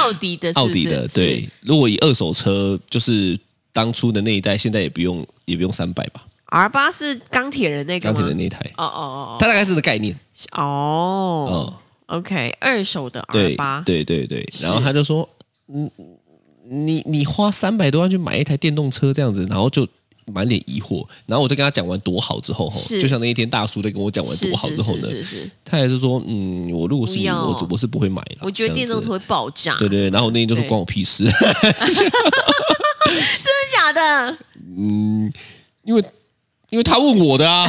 [SPEAKER 2] 奥迪的是
[SPEAKER 3] 奥
[SPEAKER 2] 不是，
[SPEAKER 3] 迪的
[SPEAKER 2] 是
[SPEAKER 3] 对。如果以二手车，就是当初的那一代，现在也不用也不用三百吧，
[SPEAKER 2] R 八是钢铁人那个
[SPEAKER 3] 钢
[SPEAKER 2] 吗？
[SPEAKER 3] 铁的那一台，
[SPEAKER 2] 哦哦
[SPEAKER 3] 它大概是这个概念
[SPEAKER 2] 哦哦
[SPEAKER 3] 哦。
[SPEAKER 2] 哦，OK，二手的 R
[SPEAKER 3] 对
[SPEAKER 2] 八，
[SPEAKER 3] 对对对，然后他就说，嗯，你你花三百多万去买一台电动车这样子，然后就满脸疑惑，然后我就跟他讲完多好之后，吼
[SPEAKER 2] 是
[SPEAKER 3] 就像那一天大叔在跟我讲完
[SPEAKER 2] 是
[SPEAKER 3] 多好
[SPEAKER 2] 是
[SPEAKER 3] 之后
[SPEAKER 2] 是
[SPEAKER 3] 呢，啊
[SPEAKER 2] 是是，
[SPEAKER 3] 他还是说，嗯，我如果是
[SPEAKER 2] 不
[SPEAKER 3] 你，
[SPEAKER 2] 要
[SPEAKER 3] 我我是不会买的，
[SPEAKER 2] 我觉得
[SPEAKER 3] 这样
[SPEAKER 2] 电
[SPEAKER 3] 子
[SPEAKER 2] 动车。会爆炸，
[SPEAKER 3] 对对，对然后我那天就说
[SPEAKER 2] 对
[SPEAKER 3] 关我屁事，
[SPEAKER 2] 真的假的？
[SPEAKER 3] 因为因为他问我 的啊，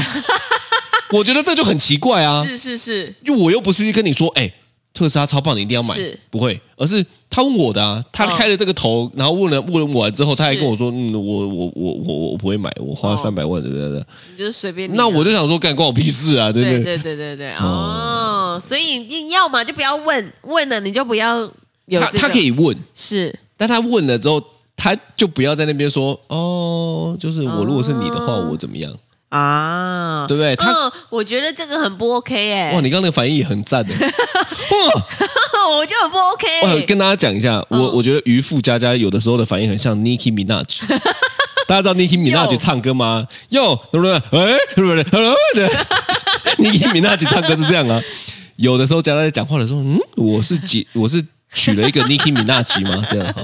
[SPEAKER 3] 我觉得这就很奇怪啊，
[SPEAKER 2] 是是是，
[SPEAKER 3] 因为我又不是跟你说，哎、特斯拉超棒，你一定要买
[SPEAKER 2] 是，
[SPEAKER 3] 不会，而是他问我的啊，他
[SPEAKER 2] 哦
[SPEAKER 3] 开了这个头，然后问了问了我完之后，他还
[SPEAKER 2] 是
[SPEAKER 3] 跟我说，嗯，我我我我我不会买，我花
[SPEAKER 2] 哦
[SPEAKER 3] 三百万，对不对？
[SPEAKER 2] 你就随便你啊。
[SPEAKER 3] 那我就想说，干关我屁事啊，对不
[SPEAKER 2] 对
[SPEAKER 3] 对？
[SPEAKER 2] 对对对对，哦，所以你要嘛就不要问，问了你就不要有
[SPEAKER 3] 他
[SPEAKER 2] 这
[SPEAKER 3] 他
[SPEAKER 2] 个
[SPEAKER 3] 可以问，
[SPEAKER 2] 是
[SPEAKER 3] 但他问了之后，他就不要在那边说，哦，就是我如果是你的话，
[SPEAKER 2] 哦
[SPEAKER 3] 我怎么样？
[SPEAKER 2] 啊，
[SPEAKER 3] 对不对他
[SPEAKER 2] 嗯，我觉得这个很不 OK 哎、
[SPEAKER 3] 哇，你刚刚那个反应也很赞的。哇，
[SPEAKER 2] 我就很不 OK 欸、
[SPEAKER 3] 我跟大家讲一下，我
[SPEAKER 2] 嗯
[SPEAKER 3] 我觉得渔夫佳佳有的时候的反应很像 Nicki Minaj。大家 知道 Nicki Minaj
[SPEAKER 2] 哟
[SPEAKER 3] 唱歌吗？哟，对不对？哎，对不对？Hello 的 Nicki Minaj 唱歌是这样啊。有的时候佳佳在讲话的时候，嗯，我是几，我是取了一个 Nicki Minaj 吗？这样哈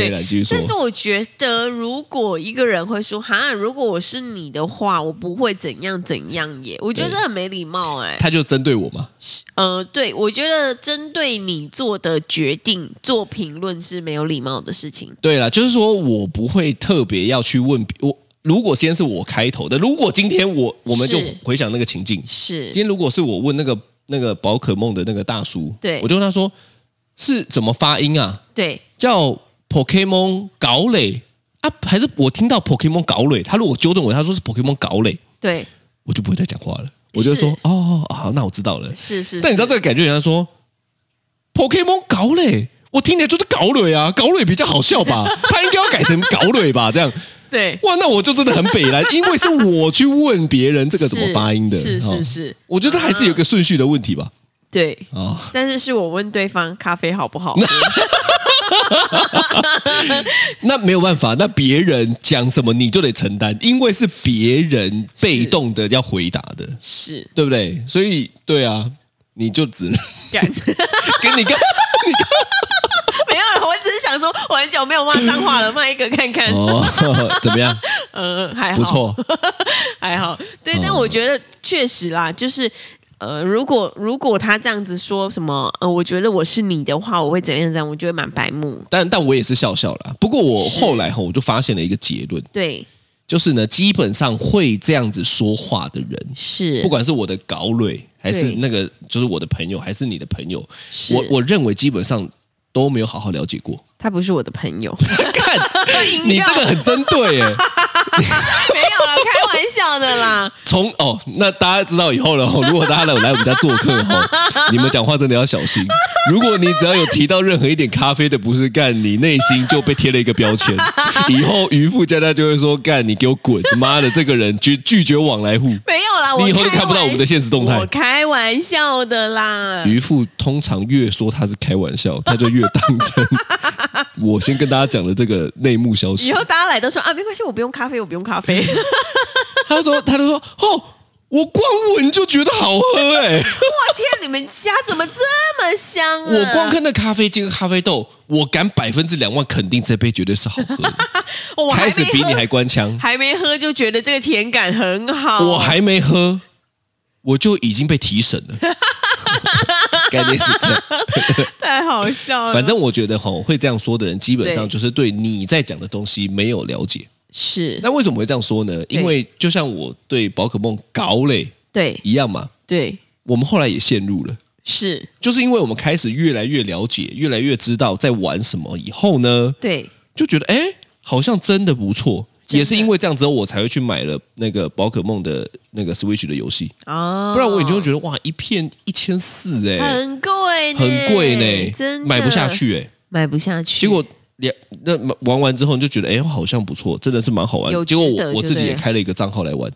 [SPEAKER 2] 对
[SPEAKER 3] 来继续
[SPEAKER 2] 但是
[SPEAKER 3] 说。
[SPEAKER 2] 我觉得，如果一个人会说“哈，如果我是你的话，我不会怎样怎样耶”，我觉得
[SPEAKER 3] 对
[SPEAKER 2] 这很没礼貌哎、
[SPEAKER 3] 他就针对我嘛，
[SPEAKER 2] 呃，对，我觉得针对你做的决定做评论是没有礼貌的事情。
[SPEAKER 3] 对啦，就是说我不会特别要去问别我。如果先是我开头的，如果今天我我们就是回想那个情境，
[SPEAKER 2] 是
[SPEAKER 3] 今天如果是我问那个那个宝可梦的那个大叔，
[SPEAKER 2] 对
[SPEAKER 3] 我就问他说：“是怎么发音啊？
[SPEAKER 2] 对，
[SPEAKER 3] 叫 Pokemon 搞垒啊，还是我听到 Pokemon 搞垒，他如果纠正我，他说是 Pokemon 搞垒，
[SPEAKER 2] 对，
[SPEAKER 3] 我就不会再讲话了，我就会
[SPEAKER 2] 是
[SPEAKER 3] 说哦，好，那我知道了。
[SPEAKER 2] 是是。
[SPEAKER 3] 但你知道
[SPEAKER 2] 是
[SPEAKER 3] 这个感觉，人家说 Pokemon 搞垒，我听起来就是搞垒啊，搞垒比较好笑吧？ 他应该要改成搞垒吧？这样
[SPEAKER 2] 对
[SPEAKER 3] 哇，那我就真的很北蓝，因为是我去问别人这个怎么
[SPEAKER 2] 是
[SPEAKER 3] 发音的，
[SPEAKER 2] 是
[SPEAKER 3] 哦
[SPEAKER 2] 是是，
[SPEAKER 3] 我觉得还是有个顺序的问题吧。
[SPEAKER 2] 对。
[SPEAKER 3] 啊、
[SPEAKER 2] 但是是我问对方咖啡好不好，
[SPEAKER 3] 那没有办法，那别人讲什么你就得承担，因为是别人被动的要回答的，
[SPEAKER 2] 是
[SPEAKER 3] 对不对？所以对啊，你就 只能
[SPEAKER 2] 干
[SPEAKER 3] 给你个
[SPEAKER 2] 没有，我只是想说，我很久没有骂脏话了，骂一个看看。
[SPEAKER 3] 哦，怎么样？
[SPEAKER 2] 嗯，还好，
[SPEAKER 3] 不，错，
[SPEAKER 2] 还好。对，但
[SPEAKER 3] 嗯
[SPEAKER 2] 我觉得确实啦，就是呃，如果如果他这样子说什么，呃，我觉得我是你的话，我会怎样怎样，我觉得蛮白目。
[SPEAKER 3] 但但我也是笑笑啦。不过我
[SPEAKER 2] 是
[SPEAKER 3] 后来哈，我就发现了一个结论，
[SPEAKER 2] 对，
[SPEAKER 3] 就是呢，基本上会这样子说话的人，
[SPEAKER 2] 是，
[SPEAKER 3] 不管是我的高瑞，还是
[SPEAKER 2] 对
[SPEAKER 3] 那个就是我的朋友，还是你的朋友，
[SPEAKER 2] 是
[SPEAKER 3] 我我认为基本上都没有好好了解过。
[SPEAKER 2] 他不是我的朋友，
[SPEAKER 3] 看，你
[SPEAKER 2] 调
[SPEAKER 3] 这个很针对耶。
[SPEAKER 2] 没有啦，开玩笑的啦。
[SPEAKER 3] 从哦，那大家知道以后了哦。如果大家来来我们家做客哦，你们讲话真的要小心。如果你只要有提到任何一点咖啡的不是干，你内心就被贴了一个标签。以后渔夫家家就会说干，你给我滚！妈的，这个人拒拒绝往来户。
[SPEAKER 2] 没有啦，我
[SPEAKER 3] 你以后就
[SPEAKER 2] 开
[SPEAKER 3] 看不到
[SPEAKER 2] 玩
[SPEAKER 3] 我们的现实动态
[SPEAKER 2] 我开玩笑的啦。
[SPEAKER 3] 渔夫通常越说他是开玩笑，他就越当真。我先跟大家讲了这个内幕消息
[SPEAKER 2] 以。后大家来都说啊，没关系，我不用咖啡，我不用咖 啡。哇，
[SPEAKER 3] 他说，他就说，哦，我光闻就觉得好喝哎、
[SPEAKER 2] 天，你们家怎么这么香啊？
[SPEAKER 3] 我光看那咖啡机跟咖啡豆，我敢百分之两万肯定这杯绝对是好喝的。
[SPEAKER 2] 我还
[SPEAKER 3] 开
[SPEAKER 2] 没
[SPEAKER 3] 始比你
[SPEAKER 2] 喝
[SPEAKER 3] 还官腔，
[SPEAKER 2] 还没喝就觉得这个甜感很好。
[SPEAKER 3] 我还没喝，我就已经被提审了。 概念是这样，
[SPEAKER 2] 太好笑了。
[SPEAKER 3] 反正我觉得吼会这样说的人，基本上
[SPEAKER 2] 对
[SPEAKER 3] 就是对你在讲的东西没有了解。
[SPEAKER 2] 是
[SPEAKER 3] 那为什么会这样说呢？因为就像我对宝可梦搞嘞
[SPEAKER 2] 对
[SPEAKER 3] 一样嘛，
[SPEAKER 2] 对
[SPEAKER 3] 我们后来也陷入了。
[SPEAKER 2] 是，
[SPEAKER 3] 就是因为我们开始越来越了解，越来越知道在玩什么以后呢，
[SPEAKER 2] 对
[SPEAKER 3] 就觉得哎，诶好像真的不错。
[SPEAKER 2] 真的
[SPEAKER 3] 也是因为这样之后，我才会去买了那个宝可梦的那个 Switch 的游戏，
[SPEAKER 2] 哦，
[SPEAKER 3] 不然我也就会觉得哇，一片一千四哎，
[SPEAKER 2] 很贵呢，
[SPEAKER 3] 很贵呢，
[SPEAKER 2] 真的
[SPEAKER 3] 买不下，去哎。
[SPEAKER 2] 买不下去。
[SPEAKER 3] 结果两那玩完之后，你就觉得哎，诶好像不错，真的是蛮好玩
[SPEAKER 2] 有
[SPEAKER 3] 的。
[SPEAKER 2] 值
[SPEAKER 3] 结
[SPEAKER 2] 得
[SPEAKER 3] 果我我自
[SPEAKER 2] 就
[SPEAKER 3] 己
[SPEAKER 2] 对
[SPEAKER 3] 也
[SPEAKER 2] 了
[SPEAKER 3] 开了一个账号来玩，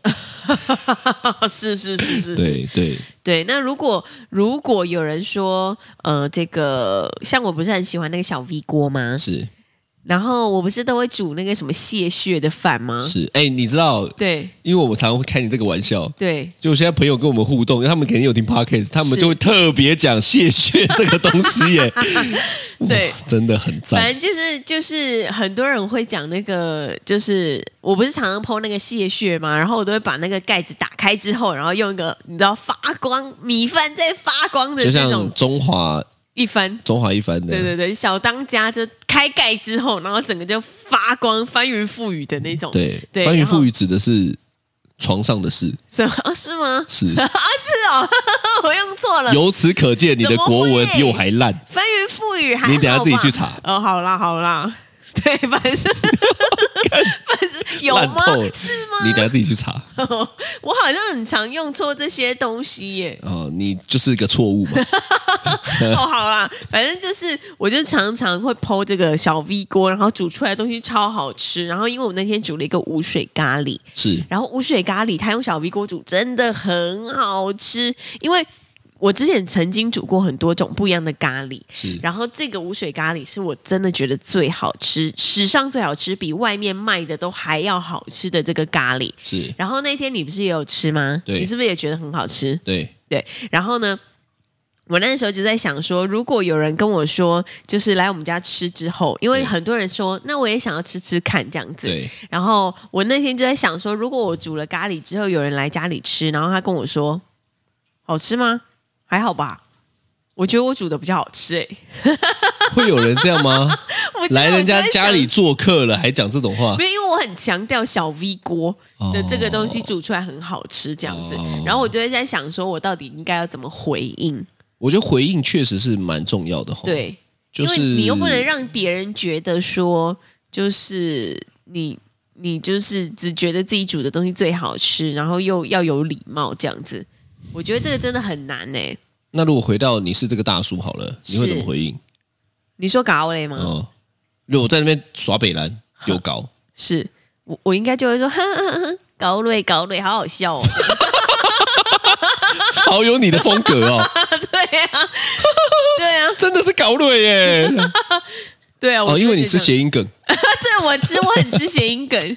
[SPEAKER 2] 是是是 是是，
[SPEAKER 3] 对对，
[SPEAKER 2] 对。那如果如果有人说，呃，这个像我不是很喜欢那个小 V 锅吗？
[SPEAKER 3] 是
[SPEAKER 2] 然后我不是都会煮那个什么蟹血的饭吗？
[SPEAKER 3] 是。哎，你知道，
[SPEAKER 2] 对
[SPEAKER 3] 因为我们常常会开你这个玩笑，
[SPEAKER 2] 对，
[SPEAKER 3] 就我现在朋友跟我们互动，因为他们肯定有听 podcast，他们
[SPEAKER 2] 是
[SPEAKER 3] 就会特别讲谢谢这个东西耶。
[SPEAKER 2] 对
[SPEAKER 3] 哇，真的很
[SPEAKER 2] 反
[SPEAKER 3] 赞。
[SPEAKER 2] 正就是就是很多人会讲那个，就是我不是常常剖那个蟹血嘛，然后我都会把那个盖子打开之后，然后用一个你知道发光米饭在发光的
[SPEAKER 3] 就
[SPEAKER 2] 这种
[SPEAKER 3] 像中华
[SPEAKER 2] 一翻。
[SPEAKER 3] 中华一番的，
[SPEAKER 2] 对对对，小当家就开盖之后，然后整个就发光、翻云覆雨的那种。
[SPEAKER 3] 对
[SPEAKER 2] 对，
[SPEAKER 3] 翻云
[SPEAKER 2] 然后
[SPEAKER 3] 覆雨指的是床上的事，
[SPEAKER 2] 什么、啊是 吗？
[SPEAKER 3] 是。
[SPEAKER 2] 是哦， 我用错了。
[SPEAKER 3] 由此可见，你的国文比我还 烂。
[SPEAKER 2] 翻云覆雨还好吧
[SPEAKER 3] 你等下自己去查
[SPEAKER 2] 哦，好啦好啦， 对，反 正反正有
[SPEAKER 3] 烂
[SPEAKER 2] 吗
[SPEAKER 3] 透了？
[SPEAKER 2] 是吗？
[SPEAKER 3] 你等下自己去查。
[SPEAKER 2] 我好像很常用错这些东西耶
[SPEAKER 3] 哦，你就是个错 误嘛。
[SPEAKER 2] 哦，好啦，反正就是，我就常常会剖这个小 V 锅，然后煮出来的东西超好吃。然后因为我那天煮了一个无水咖喱，
[SPEAKER 3] 是
[SPEAKER 2] 然后无水咖喱它用小 V 锅煮真的很好吃，因为我之前曾经煮过很多种不一样的咖喱，
[SPEAKER 3] 是，
[SPEAKER 2] 然后这个无水咖喱是我真的觉得最好吃，史上最好吃，比外面卖的都还要好吃的这个咖喱。
[SPEAKER 3] 是，
[SPEAKER 2] 然后那天你不是也有吃吗？
[SPEAKER 3] 对
[SPEAKER 2] 你是不是也觉得很好吃？
[SPEAKER 3] 对，
[SPEAKER 2] 对，然后呢，我那时候就在想说，如果有人跟我说，就是来我们家吃之后，因为
[SPEAKER 3] 对
[SPEAKER 2] 很多人说，那我也想要吃吃看这样子。
[SPEAKER 3] 对，
[SPEAKER 2] 然后我那天就在想说，如果我煮了咖喱之后，有人来家里吃，然后他跟我说，好吃吗？还好吧。我觉得我煮的比较好吃哎、
[SPEAKER 3] 会有人这样 吗？
[SPEAKER 2] 我真的
[SPEAKER 3] 来人家
[SPEAKER 2] 我就在想
[SPEAKER 3] 家里做客了，还讲这种话
[SPEAKER 2] 没？有，因为我很强调小 V 锅的这个东西
[SPEAKER 3] 哦
[SPEAKER 2] 煮出来很好吃这样子，
[SPEAKER 3] 哦
[SPEAKER 2] 然后我就会在想说，我到底应该要怎么回应？
[SPEAKER 3] 我觉得回应确实是蛮重要的。
[SPEAKER 2] 对，
[SPEAKER 3] 哦就是
[SPEAKER 2] 因为你又不能让别人觉得说，就是你你就是只觉得自己煮的东西最好吃，然后又要有礼貌这样子。我觉得这个真的很难欸呢、
[SPEAKER 3] 那如果回到你是这个大叔好了，你会
[SPEAKER 2] 是嗯
[SPEAKER 3] 怎么回应？
[SPEAKER 2] 你说搞嘞吗？
[SPEAKER 3] 哦，如果我在那边耍北 兰有搞，
[SPEAKER 2] 是我我应该就会说，哼 哼哼，搞嘞搞嘞，好好笑哦。
[SPEAKER 3] 好有你的风格 哦，
[SPEAKER 2] 对啊，对啊，
[SPEAKER 3] 真的是搞 累耶！
[SPEAKER 2] 对啊。我
[SPEAKER 3] 哦，因为你
[SPEAKER 2] 就觉
[SPEAKER 3] 吃
[SPEAKER 2] 得
[SPEAKER 3] 谐音梗，
[SPEAKER 2] 对，我吃我很吃谐音 梗，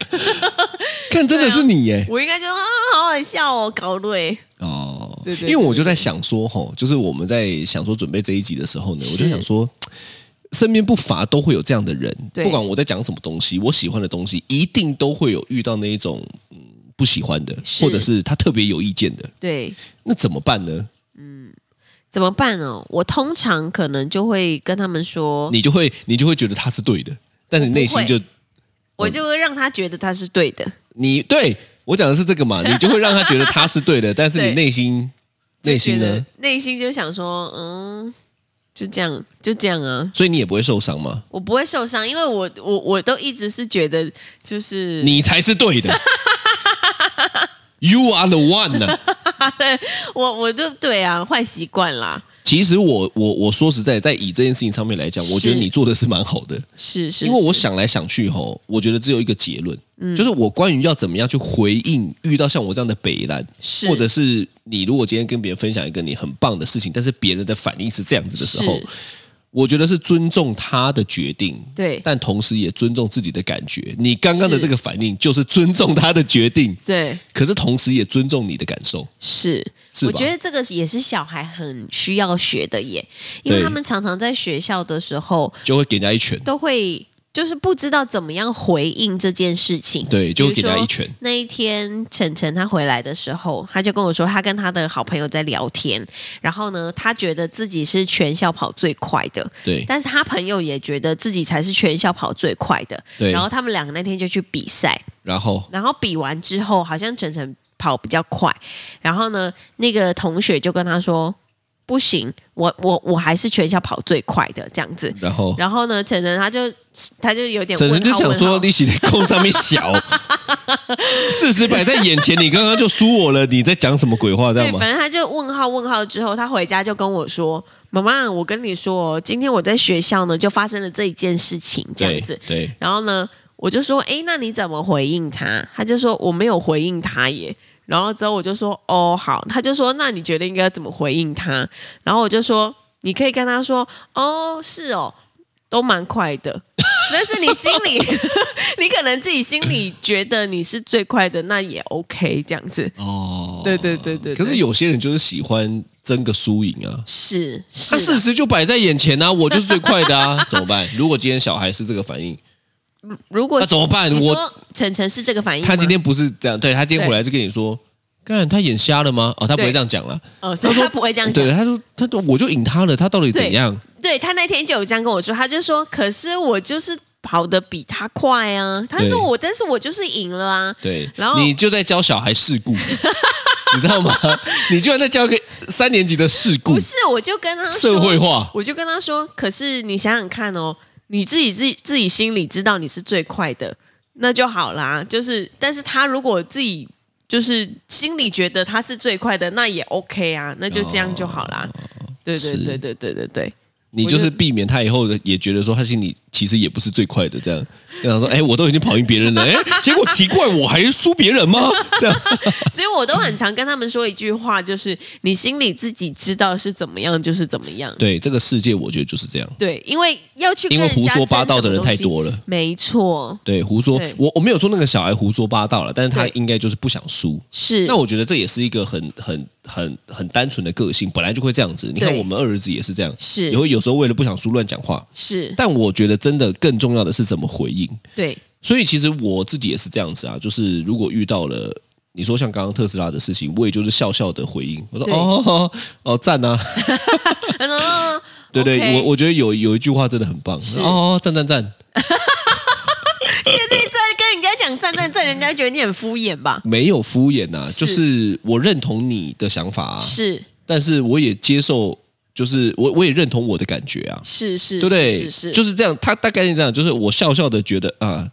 [SPEAKER 3] 看真的是你耶！
[SPEAKER 2] 我应该就啊，好好笑哦，搞嘞。
[SPEAKER 3] 哦，
[SPEAKER 2] 对对
[SPEAKER 3] 因为我就在想说，吼，就是我们在想说准备这一集的时候呢，
[SPEAKER 2] 是
[SPEAKER 3] 我就想说，身边不乏都会有这样的人，
[SPEAKER 2] 对
[SPEAKER 3] 不管我在讲什么东西，我喜欢的东西，一定都会有遇到那一种嗯不喜欢的，
[SPEAKER 2] 是
[SPEAKER 3] 或者是他特别有意见的，
[SPEAKER 2] 对，
[SPEAKER 3] 那怎么办呢？
[SPEAKER 2] 怎么办哦？我通常可能就会跟他们说，
[SPEAKER 3] 你就会你就会觉得他是对的，但是你内
[SPEAKER 2] 我
[SPEAKER 3] 心
[SPEAKER 2] 不会
[SPEAKER 3] 就
[SPEAKER 2] 我就会让他觉得他是对的，
[SPEAKER 3] 你对我讲的是这个 嘛，你就会让他觉得他是对的，但是你
[SPEAKER 2] 对
[SPEAKER 3] 内心内
[SPEAKER 2] 就
[SPEAKER 3] 心
[SPEAKER 2] 觉
[SPEAKER 3] 呢
[SPEAKER 2] 得？？内心就想说，嗯，就这样，就这样啊，
[SPEAKER 3] 所以你也不会受伤吗？
[SPEAKER 2] 我不会受伤，因为我我我都一直是觉得就是
[SPEAKER 3] 你才是对的，You are the one 呢、
[SPEAKER 2] 我我就对啊，坏习惯啦，
[SPEAKER 3] 其实我我我说实在，在以这件事情上面来讲，
[SPEAKER 2] 是
[SPEAKER 3] 我觉得你做的是蛮好的，
[SPEAKER 2] 是是，嗯
[SPEAKER 3] 因为我
[SPEAKER 2] 是
[SPEAKER 3] 想来想去吼，我觉得只有一个结论，就是我关于要怎么样去回应遇到像我这样的北兰，
[SPEAKER 2] 是
[SPEAKER 3] 或者是你如果今天跟别人分享一个你很棒的事情，但是别人的反应是这样子的时候
[SPEAKER 2] 是，
[SPEAKER 3] 我觉得是尊重他的决定，
[SPEAKER 2] 对
[SPEAKER 3] 但同时也尊重自己的感觉。你刚刚的这个反应就是尊重他的决定，
[SPEAKER 2] 对
[SPEAKER 3] 可是同时也尊重你的感受，
[SPEAKER 2] 是。
[SPEAKER 3] 是吧？
[SPEAKER 2] 我觉得这个也是小孩很需要学的耶，因为
[SPEAKER 3] 对
[SPEAKER 2] 他们常常在学校的时候
[SPEAKER 3] 就会给人家一拳，
[SPEAKER 2] 都会就是不知道怎么样回应这件事情。
[SPEAKER 3] 对，就会给人家一
[SPEAKER 2] 比
[SPEAKER 3] 拳
[SPEAKER 2] 如说。那一天，晨晨他回来的时候，他就跟我说，他跟他的好朋友在聊天，然后呢，他觉得自己是全校跑最快的，
[SPEAKER 3] 对
[SPEAKER 2] 但是他朋友也觉得自己才是全校跑最快的。
[SPEAKER 3] 对，
[SPEAKER 2] 然后他们两个那天就去比赛，
[SPEAKER 3] 然后
[SPEAKER 2] 然后比完之后，好像晨晨跑比较快，然后呢，那个同学就跟他说：“不行，我我我还是全校跑最快的这样子。”
[SPEAKER 3] 然后
[SPEAKER 2] 然后呢，晨晨他就他就有点
[SPEAKER 3] 整人
[SPEAKER 2] 问
[SPEAKER 3] 就
[SPEAKER 2] 号
[SPEAKER 3] 想
[SPEAKER 2] 问
[SPEAKER 3] 说
[SPEAKER 2] 号，
[SPEAKER 3] 你写在空上面 小，事实摆在眼前，你刚刚就输我了，你在讲什么鬼话，这
[SPEAKER 2] 对，
[SPEAKER 3] 样吗
[SPEAKER 2] 反？正他就问号问号之后，他回家就跟我说：“妈妈，我跟你说哦，今天我在学校呢就发生了这一件事情，这样
[SPEAKER 3] 对
[SPEAKER 2] 子。
[SPEAKER 3] 对，
[SPEAKER 2] 然后呢，我就说，诶，那你怎么回应他？他就说我没有回应他耶。然后之后我就说，哦，好。他就说，那你觉得应该怎么回应他？然后我就说，你可以跟他说，哦，是哦，都蛮快的。 但是你心里， 你可能自己心里觉得你是最快的，那也 OK 这样子。
[SPEAKER 3] 哦，
[SPEAKER 2] 对对对对对
[SPEAKER 3] 可是有些人就是喜欢争个输赢啊，
[SPEAKER 2] 是是
[SPEAKER 3] 那
[SPEAKER 2] 啦、
[SPEAKER 3] 事实就摆在眼前啊，我就是最快的啊， 怎么办？如果今天小孩是这个反应，
[SPEAKER 2] 如果
[SPEAKER 3] 那怎么办
[SPEAKER 2] 你说
[SPEAKER 3] 我
[SPEAKER 2] 晨晨是这个反应吗，
[SPEAKER 3] 他今天不是这样，对他今天回来是跟你说。干他眼瞎了吗？哦，他不会
[SPEAKER 2] 对
[SPEAKER 3] 这样讲了。
[SPEAKER 2] 哦，所以
[SPEAKER 3] 说
[SPEAKER 2] 他不会这样讲
[SPEAKER 3] 对，。他说，他说我就赢他了，他到底怎
[SPEAKER 2] 对
[SPEAKER 3] 样？
[SPEAKER 2] 对他那天就有这样跟我说，他就说：“可是我就是跑得比他快啊。”他说我：“但是我就是赢了啊。
[SPEAKER 3] 对，
[SPEAKER 2] 然后
[SPEAKER 3] 你就在教小孩 事故，你知道吗？你居然在教一个三年级的事”故
[SPEAKER 2] 不，是，我就跟他说
[SPEAKER 3] 社会，化，
[SPEAKER 2] 我就跟他说：“可是你想想看哦，你自己自己自己心里知道你是最快的，那就好啦。就是，但是他如果自己就是心里觉得他是最快的，那也 OK 啊，那就这样就好
[SPEAKER 3] 啊
[SPEAKER 2] 啦。对对
[SPEAKER 3] 是
[SPEAKER 2] 对对对对对，
[SPEAKER 3] 你就是避免他以后也觉得说他心里其实也不是最快的，这样跟他说，哎，我都已经跑赢别人了，哎，结果奇怪，我还输别 人吗？这样，
[SPEAKER 2] 所以我都很常跟他们说一句话，就是你心里自己知道是怎么样，就是怎么样。
[SPEAKER 3] 对，这个世界我觉得就是这样，
[SPEAKER 2] 对，因为要去跟
[SPEAKER 3] 因为胡
[SPEAKER 2] 人家
[SPEAKER 3] 说八
[SPEAKER 2] 争
[SPEAKER 3] 道
[SPEAKER 2] 什
[SPEAKER 3] 的
[SPEAKER 2] 么
[SPEAKER 3] 人
[SPEAKER 2] 东
[SPEAKER 3] 太
[SPEAKER 2] 西，
[SPEAKER 3] 多了。
[SPEAKER 2] 没错，
[SPEAKER 3] 对，胡说
[SPEAKER 2] 对，
[SPEAKER 3] 我我没有说那个小孩胡说八道了，但是他
[SPEAKER 2] 对
[SPEAKER 3] 应该就是不想输，
[SPEAKER 2] 是
[SPEAKER 3] 那我觉得这也是一个很很很很单纯的个性，本来就会这样子。你看
[SPEAKER 2] 对
[SPEAKER 3] 我们二儿子也是这样，
[SPEAKER 2] 是
[SPEAKER 3] 也会有时候为了不想输乱讲话。
[SPEAKER 2] 是
[SPEAKER 3] 但我觉得真的更重要的是怎么回应。
[SPEAKER 2] 对
[SPEAKER 3] 所以其实我自己也是这样子啊，就是如果遇到了你说像刚刚特斯拉的事情，我也就是笑笑的回应，我说
[SPEAKER 2] 对
[SPEAKER 3] 哦哦哦赞啊，
[SPEAKER 2] 嗯哦
[SPEAKER 3] 对对
[SPEAKER 2] OK
[SPEAKER 3] 我我觉得有有一句话真的很棒，
[SPEAKER 2] 是
[SPEAKER 3] 哦哦赞赞赞，
[SPEAKER 2] 现在在跟人家讲赞赞赞，人家觉得你很敷衍吧？
[SPEAKER 3] 没有敷衍呐、啊，
[SPEAKER 2] 是
[SPEAKER 3] 就是我认同你的想法、啊，
[SPEAKER 2] 是
[SPEAKER 3] 但是我也接受，就是我我也认同我的感觉啊，
[SPEAKER 2] 是是，
[SPEAKER 3] 对不对？
[SPEAKER 2] 是是是，
[SPEAKER 3] 就是这样，他大概是这样，就是我笑笑的觉得啊、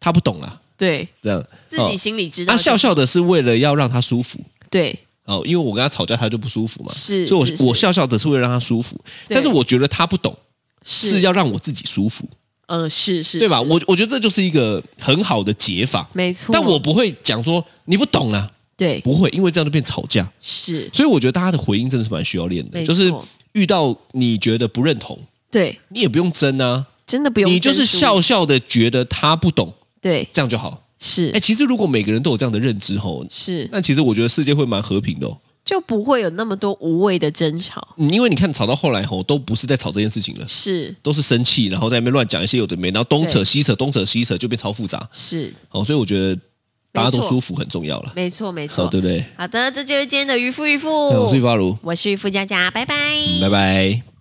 [SPEAKER 3] 他不懂啊，
[SPEAKER 2] 对
[SPEAKER 3] 这样
[SPEAKER 2] 自己心里知
[SPEAKER 3] 他、
[SPEAKER 2] 道
[SPEAKER 3] 啊
[SPEAKER 2] 就，
[SPEAKER 3] 笑笑的是为了要让他舒服啊
[SPEAKER 2] 对
[SPEAKER 3] 哦，因为我跟他吵架，他就不舒服嘛，
[SPEAKER 2] 是
[SPEAKER 3] 所以
[SPEAKER 2] 是
[SPEAKER 3] 我
[SPEAKER 2] 是
[SPEAKER 3] 我笑笑的是为了让他舒服，
[SPEAKER 2] 对
[SPEAKER 3] 但是我觉得他不懂，
[SPEAKER 2] 是
[SPEAKER 3] 是要让我自己舒服，
[SPEAKER 2] 呃是是，
[SPEAKER 3] 对吧？
[SPEAKER 2] 是
[SPEAKER 3] 我我觉得这就是一个很好的解法，
[SPEAKER 2] 没错，
[SPEAKER 3] 但我不会讲说你不懂啊，
[SPEAKER 2] 对
[SPEAKER 3] 不会，因为这样就变吵架。
[SPEAKER 2] 是，
[SPEAKER 3] 所以我觉得大家的回应真的是蛮需要练的，
[SPEAKER 2] 没
[SPEAKER 3] 就
[SPEAKER 2] 错
[SPEAKER 3] 是遇到你觉得不认同，
[SPEAKER 2] 对，
[SPEAKER 3] 你也不用争啊，
[SPEAKER 2] 真的不用
[SPEAKER 3] 你就是
[SPEAKER 2] 争输
[SPEAKER 3] 笑，笑的觉得他不懂，
[SPEAKER 2] 对
[SPEAKER 3] 这样就好。
[SPEAKER 2] 是
[SPEAKER 3] 哎，其实如果每个人都有这样的认知吼，
[SPEAKER 2] 是，
[SPEAKER 3] 那其实我觉得世界会蛮和平的哦。
[SPEAKER 2] 就不会有那么多无谓的争吵，
[SPEAKER 3] 嗯因为你看吵到后来吼，都不是在吵这件事情了。
[SPEAKER 2] 是
[SPEAKER 3] 都是生气，然后在那边乱讲一些有的没，然后东扯
[SPEAKER 2] 对
[SPEAKER 3] 西扯，东扯西扯就变超复杂。
[SPEAKER 2] 是，
[SPEAKER 3] 哦，所以我觉得大家都
[SPEAKER 2] 没错
[SPEAKER 3] 舒服很重要了，
[SPEAKER 2] 没错没
[SPEAKER 3] 好，
[SPEAKER 2] 错。
[SPEAKER 3] 对不对？
[SPEAKER 2] 嗯好的，这就是今天的渔夫渔夫，
[SPEAKER 3] 那我是玉发如，
[SPEAKER 2] 我是渔夫佳佳，拜拜，
[SPEAKER 3] 嗯拜拜。